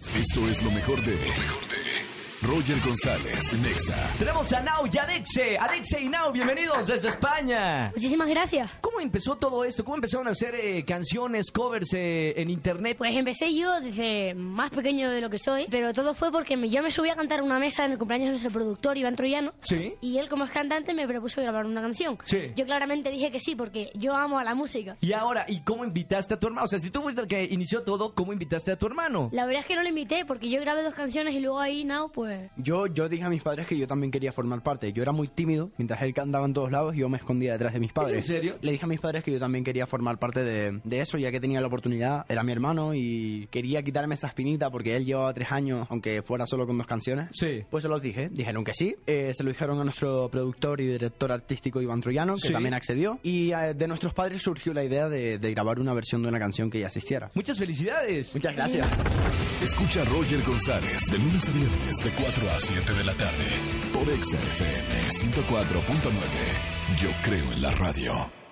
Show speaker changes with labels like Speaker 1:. Speaker 1: Esto es lo mejor de. Roger González, Nexa.
Speaker 2: Tenemos a Nau y Adexe. Adexe y Nau, bienvenidos desde España.
Speaker 3: Muchísimas gracias.
Speaker 2: ¿Cómo empezó todo esto? ¿Cómo empezaron a hacer eh, canciones, covers eh, en internet?
Speaker 3: Pues empecé yo desde más pequeño de lo que soy, pero todo fue porque me- yo me subí a cantar a una mesa en el cumpleaños de nuestro productor, Iván Troyano.
Speaker 2: Sí.
Speaker 3: Y él, como es cantante, me propuso grabar una canción.
Speaker 2: Sí.
Speaker 3: Yo claramente dije que sí, porque yo amo a la música.
Speaker 2: Y ahora, ¿y cómo invitaste a tu hermano? O sea, si tú fuiste el que inició todo, ¿cómo invitaste a tu hermano?
Speaker 3: La verdad es que no lo invité, porque yo grabé dos canciones y luego ahí, now, pues...
Speaker 4: Yo, yo dije a mis padres que yo también quería formar parte. Yo era muy tímido, mientras él cantaba en todos lados, yo me escondía detrás de mis padres.
Speaker 2: en serio?
Speaker 4: Le dije a mis padres que yo también quería formar parte de, de eso, ya que tenía la oportunidad. Era mi hermano y quería quitarme esa espinita porque él llevaba tres años, aunque fuera solo con dos canciones.
Speaker 2: Sí.
Speaker 4: Pues se los dije, dijeron que sí. Eh, se lo dijeron a nuestro productor y director artístico Iván Troyano, que
Speaker 2: Sí.
Speaker 4: también accedió. Y eh, de nuestros padres surgió la idea de, de grabar una versión de una canción que ya existiera.
Speaker 2: Muchas felicidades.
Speaker 4: Muchas gracias.
Speaker 1: Escucha a Roger González de lunes a viernes de 4 a 7 de la tarde por Exa FM 104.9. Yo creo en la radio.